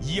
以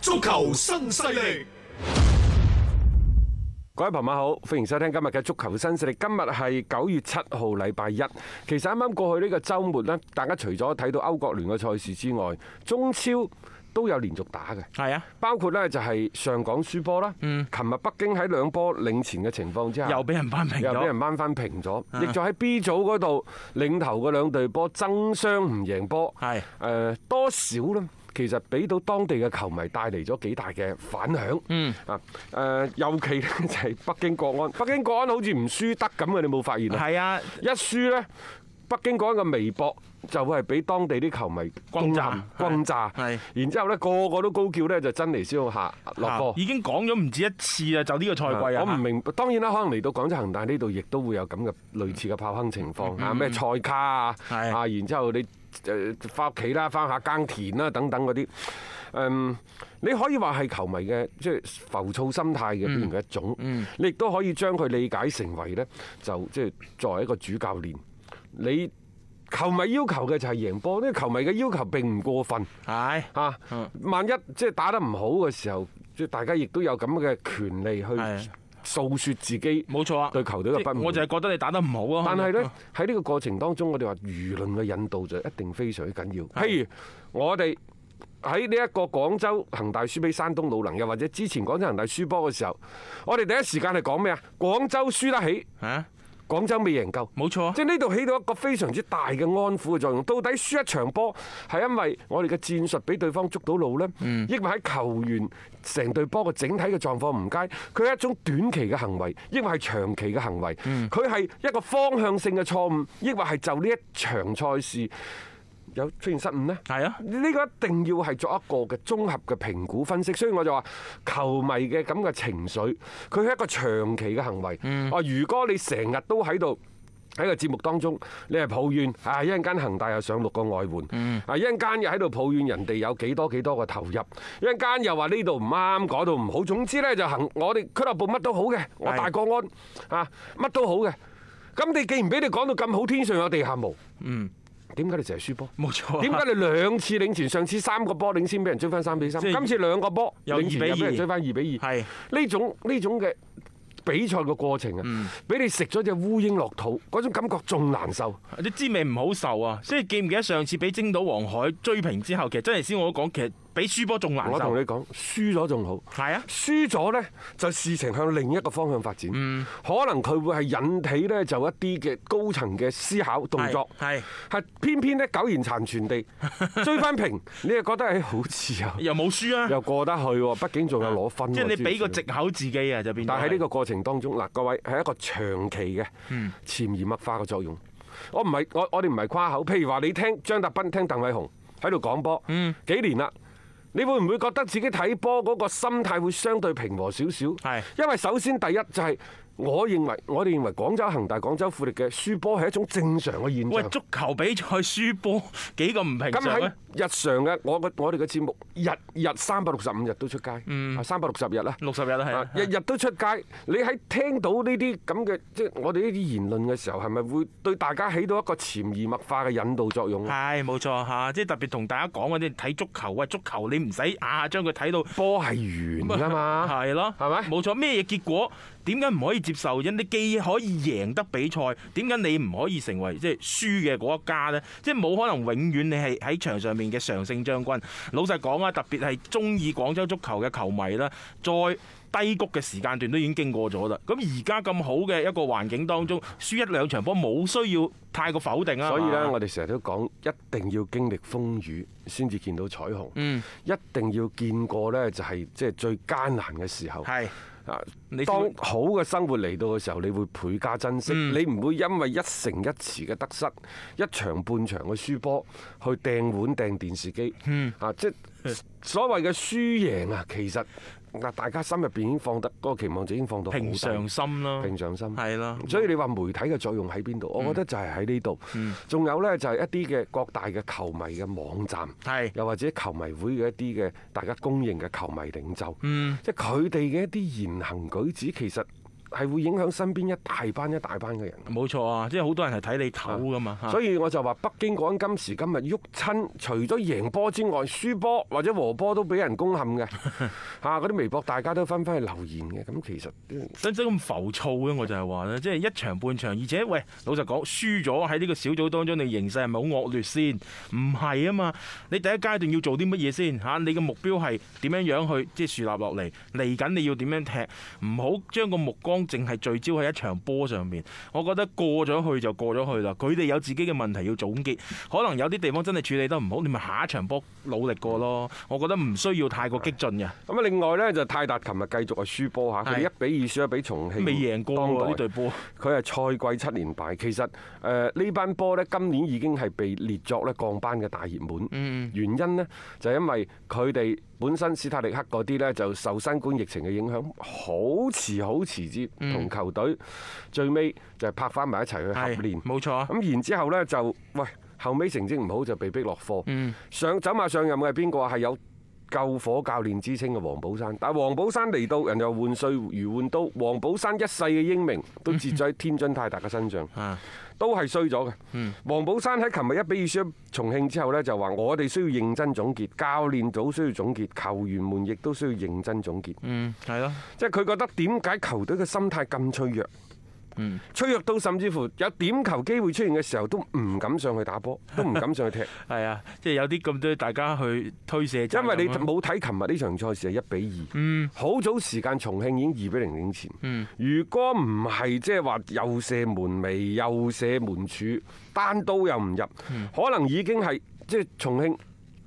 足球新勢力，各位朋友好，歡迎收聽今日嘅足球新勢力。今日係九月七號，禮拜一。其實啱啱過去呢個週末呢，大家除咗睇到歐國聯嘅賽事之外，中超都有連續打嘅。係啊，包括呢就係上港輸波啦，琴日北京喺兩波領前嘅情況之下，又俾人扳平又俾人咗。啊掹翻平咗，亦就喺 B 組嗰度領頭嗰兩隊波爭相唔贏波，係誒多少呢？其實俾到當地嘅球迷帶嚟咗幾大嘅反響，嗯啊誒，尤其呢就係北京國安，北京國安好似唔輸得咁嘅，你冇發現啊？係啊，一輸呢，北京國安嘅微博就會係俾當地啲球迷轟炸攻陷轟炸係，然之後呢，個個都高叫呢，就真尼斯奧夏落波。啊已經講咗唔止一次啦，就呢個賽季哦啊。我唔明，當然啦，可能嚟到廣州恒大呢度，亦都會有咁嘅類似嘅炮坑情況啊，咩賽卡啊，係啊，然之後你誒翻屋企啦，翻下耕田啦，等等嗰啲，嗯，你可以話係球迷嘅即係浮躁心態嘅表現嘅一種，你亦都可以將佢理解成為呢，就即係作為一個主教練，你球迷要求嘅就係贏波，呢個球迷嘅要求並唔過分。係啊！嗯萬一即係打得唔好嘅時候，即係大家亦都有咁嘅權利係去訴説自己冇錯啊，對球隊嘅不滿。我就係覺得你打得唔好啊咯。但係呢，喺呢個過程當中，我哋話輿論嘅引導就一定非常之緊要。譬如我哋喺呢一個廣州恒大輸俾山東魯能，又或者之前廣州恒大輸波嘅時候，我哋第一時間係講咩啊？廣州輸得起，啊，廣州未贏夠。冇錯啊即，係呢度起到一個非常之大嘅安撫嘅作用。到底輸一場波係因為我哋嘅戰術俾對方捉到路呢？抑或喺球員成隊波嘅整體嘅狀況唔佳，佢係一種短期嘅行為，抑或係長期嘅行為，佢係一個方向性嘅錯誤，抑或係就呢一場賽事有出現失誤呢？係啊，呢個一定要係作一個嘅綜合嘅評估分析，所以我就話球迷嘅咁嘅情緒，佢係一個長期嘅行為。哦，如果你成日都喺度。喺個節目當中，你係抱怨啊！一陣間恒大又上六個外援，啊一陣間又喺度抱怨人哋有幾多幾多嘅投入，一陣間又話呢度唔啱，嗰度唔好。總之呢，就行，我哋俱樂部乜都好嘅，我大國安啊乜都好嘅。咁你既然俾你講到咁好，天上有地下無，嗯，點解你成日輸波？冇 錯啊。點解你兩次領前？上次三個波領先，俾人追翻三比三。即係今次兩個波又領2前比2又俾人追翻二比二。係呢種呢種嘅比賽嘅過程嗯啊，俾你食咗隻烏蠅落肚，嗰種感覺仲難受。啲滋味唔好受啊！即係記唔記得上次俾青島黃海追平之後，其實真係先我都講，其實比輸波仲難我同受。你講，輸咗仲好。係啊，輸咗呢，就事情向另一個方向發展，嗯可能佢會係引起呢，就一啲嘅高層嘅思考動作，係係係偏偏呢，苟延殘存地追 翻平，你又覺得誒好似又又冇輸啊，又過得去喎，畢竟仲有攞分喎。即係你俾個知藉唔知口自己啊，就變咗係。但喺呢個過程當中，嗱，各位係一個長期嘅嗯潛移默化嘅作用。我唔係我我哋唔係誇口，譬如話你聽張達斌、聽鄧偉雄喺度講波，嗯幾年啦。你會唔會覺得自己睇波嗰個心態會相對平和少少？係因為首先第一就係我認為，我哋認為廣州恒大、廣州富力嘅輸波係一種正常嘅現喂象。足球比賽輸波幾咁唔平咁常啊喺咧？日常嘅我嘅我哋嘅節目，日日三百六十五日都出街，嗯啊三百六十日啦，六十日啦，係啊啊日日都出街。你喺聽到呢啲咁嘅即係我哋呢啲言論嘅時候，係咪會對大家起到一個潛移默化嘅引導作用啊？係冇錯嚇，即係特別同大家講嗰啲睇足球喂，足球你唔使啊下下將佢睇到波係圓㗎嘛，係咯，係咪冇錯，咩嘢結果點解唔可以接受因，你既可以贏得比賽，點解你唔可以成為即係輸嘅嗰一家呢？即係冇可能永遠你係喺場上面嘅常勝將軍。老實講啊，特別係中意廣州足球嘅球迷啦，再低谷嘅時間段都已經經過咗啦。咁而家咁好嘅一個環境當中，輸一兩場波冇需要太過否定啊。所以係呢，嘛我哋成日都講，一定要經歷風雨先至見到彩虹，嗯一定要見過呢，就係即係最艱難嘅時候。係啊你當先好嘅生活嚟到嘅時候，你會倍加珍惜，嗯你唔會因為一城一池嘅得失、一場半場嘅輸波去掟碗掟電視機，嗯啊，即係所謂嘅輸贏啊，其實嗱大家心入邊已經放得嗰個期望值已經放到好低平常心啦，平常心。係啊嗯啦。所以你話媒體嘅作用喺邊度？我覺得就係喺呢度。嗯仲有呢，就係一啲嘅各大嘅球迷嘅網站，係又或者球迷會嘅一啲嘅大家公認嘅球迷領袖，嗯即係佢哋嘅一啲言行舉止，其實係會影響身邊一大班一大班嘅人。冇錯啊，即係好多人係睇你頭噶嘛，所以我就話北京國安今時今日喐親，除咗贏波之外，輸波或者和波都俾人攻陷 嘅。嚇嗰啲微博大家都紛紛去留言嘅。咁其實使唔使咁浮躁咧？我就係話咧，即係一場半場，而且喂，老實講，輸咗喺呢個小組當中，你形勢係咪好惡劣先？唔係啊嘛，你第一階段要做啲乜嘢先嚇？你嘅目標係點樣樣去即係樹立落嚟？嚟緊你要點樣踢？唔好將個目光淨係聚焦喺一場波上面。我覺得過咗去就過咗去啦。佢哋有自己嘅問題要總結，可能有啲地方真係處理得唔好，你咪下一場波努力過咯。我覺得唔需要太過激進嘅，咁啊，另外呢，就泰達琴日繼續係輸波嚇，佢係一比二輸咗俾重慶，未贏過喎呢當代隊波。佢係賽季七連敗，其實呃誒呢班波呢，今年已經係被列作咧降班嘅大熱門。原因呢，就係因為佢哋本身史塔利克嗰啲呢，就受新冠疫情嘅影響，好遲好遲至同球隊最尾就係拍翻埋一齊去合係練。冇錯啊。咁然之後呢，就喂後尾成績唔好就被逼落課。嗯上走馬上任嘅係邊個啊？係有救火教練之稱嘅黃寶山，但係黃寶山嚟到人哋又換帥如換刀，黃寶山一世嘅英名都折咗喺天津泰達嘅身上啊，嗯都係衰咗嘅。黃寶山喺琴日一比二輸重慶之後呢，就話我哋需要認真總結，教練組需要總結，球員們亦都需要認真總結。嗯，係咯，即係佢覺得點解球隊嘅心態咁脆弱？嗯脆弱到甚至乎有點球機會出現嘅時候都唔敢上去 打波，都唔敢上去踢，係啊，即係有啲咁多大家去推卸責因任啊，嗯為你冇睇琴日呢場賽事係一比二，好早時間重慶已經二比零領前。如果唔係即係話又射門楣又射門柱，單刀又唔入，嗯可能已經係即係重慶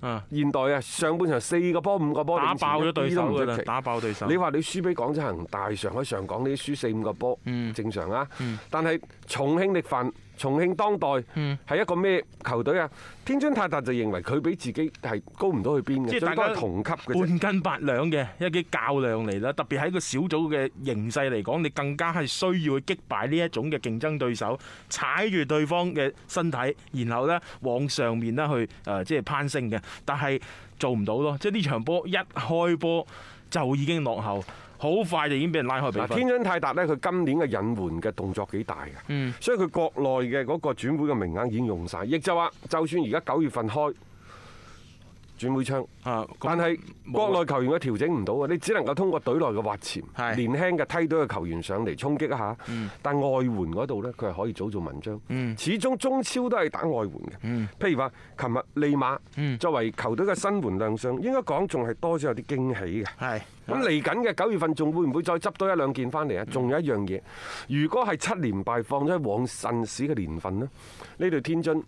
啊現代啊上半場四個波五個波打領前爆咗對手一啲㗎都唔啦出，奇打爆對手。你話你輸俾廣州恒大、上海上港，你輸四五個波，嗯正常啊。但係重慶力帆、重慶當代嗯係一個咩球隊啊？天津泰達就認為佢比自己係高唔到去邊即嘅，係大最多家係同級嘅半啫。斤八兩嘅一啲較量嚟啦，特別喺個小組嘅形勢嚟講，你更加係需要去擊敗呢一種嘅競爭對手，踩住對方嘅身體，然後呢往上面呢去誒即係攀升嘅，但係做唔到咯，即係呢場波一開波就已經落後，好快就已經俾人拉開比嗱，分天。津泰達呢，佢今年嘅引援嘅動作幾大嘅，所以佢國內嘅嗰個轉會嘅名額已經用晒，亦就話，就算而家九月份開轉會窗，啊，咁但係國內球員嘅調整唔到啊，你只能夠通過隊內嘅挖潛，係嗯年輕嘅梯隊嘅球員上嚟衝擊一下。但外援嗰度呢，佢係可以早做文章。始終中超都係打外嗯援嘅。譬如話，琴日利馬作為球隊嘅新援亮相，應該講仲係多咗有啲驚喜嘅。係咁嚟緊嘅九月份仲會唔會再執多一兩件翻嚟啊？仲有一樣嘢，如果係七連敗放咗喺往陣時嘅年份呢，呢隊天津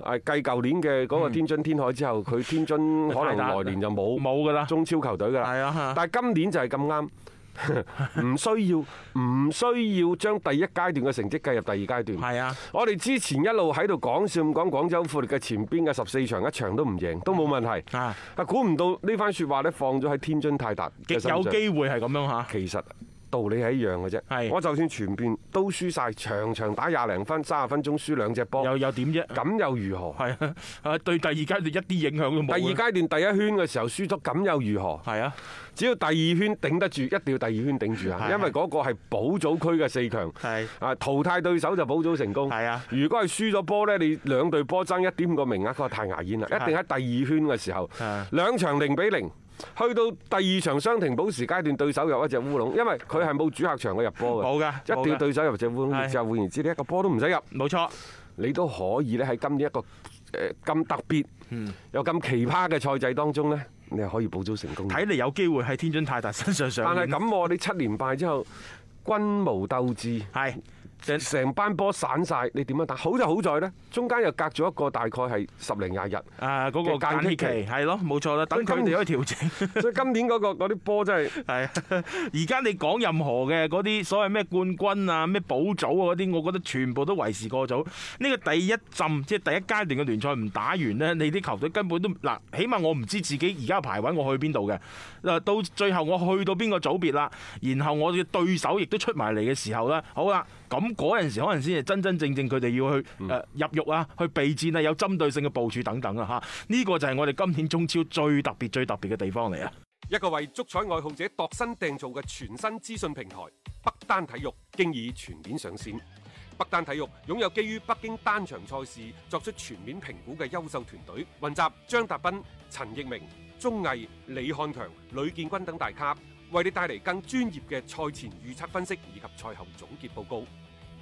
誒繼舊年嘅嗰個天津天海之後，佢天津可能來年就冇冇㗎啦中超球隊㗎啊係啊係啦啊。但係今年就係咁 啱，唔需要唔需要將第一階段嘅成績計入第二階段。係啊。我哋之前一路喺度講笑咁講廣州富力嘅前邊嘅十四場一場都唔贏，都冇問題。啊啊，估唔到呢番説話咧放咗喺天津泰達嘅極身上有機會係咁樣嚇。其實道理係一樣嘅啫。係我就算全邊都輸晒，場場打廿零分、三十分鐘輸兩隻波，又又點啫？咁又如何？係啊，啊對第二階段一啲影響都第冇二啊。階段第一圈嘅時候輸咗，咁又如何？係啊，只要第二圈頂得住，一定要第二圈頂住啊！係因為嗰個係保組區嘅四強，係啊淘汰對手就保組成功。係啊如果係輸咗波呢，你兩隊波爭一點五個名額，嗰個太牙煙啦！一定喺第二圈嘅時候係，兩場零比零，去到第二場雙停補時階段，對手入一隻烏龍，因為佢係冇主客場嘅入波嘅，冇㗎一定冇要㗎對手入隻烏龍，係就換言之，你一個波都唔使入，冇錯，你都可以咧喺今年一個誒咁特別嗯又咁奇葩嘅賽制當中呢，你係可以補組成功嘅。睇嚟有機會喺天津泰達身上上但係演。咁喎，你七連敗之後，軍無鬥志。係正成班波散晒，你點樣打？好就好在呢，中間又隔咗一個大概係十零廿日，啊嗰個嘅間間歇歇期期係咯，冇錯啦，等佢佢今哋年可以調整。所以今年嗰、個嗰啲波真係係啊，而家你講任何嘅嗰啲所謂咩冠軍啊、咩保組啊嗰啲，我覺得全部都為時過早。呢個第一陣即係第一階段嘅聯賽唔打完呢，你啲球隊根本都嗱，起碼我唔知自己而家嘅排位我去邊度嘅。嗱，到最後我去到邊個組別啦，然後我嘅對手亦都出埋嚟嘅時候啦，好啦，咁嗰陣時可能先係真真正正佢哋要去誒入獄啊、去備戰啊、有針對性嘅部署等等啊嚇。呢個就係我哋今年中超最特別、最特別嘅地方嚟啊！一個為足彩愛好者度身訂造嘅全新資訊平台北單體育，經已全面上線。北單體育擁有基於北京單場賽事作出全面評估嘅優秀團隊，雲集張達斌、陳奕明、鐘毅、李漢強、呂建軍等大咖，為你帶嚟更專業嘅賽前預測分析以及賽後總結報告。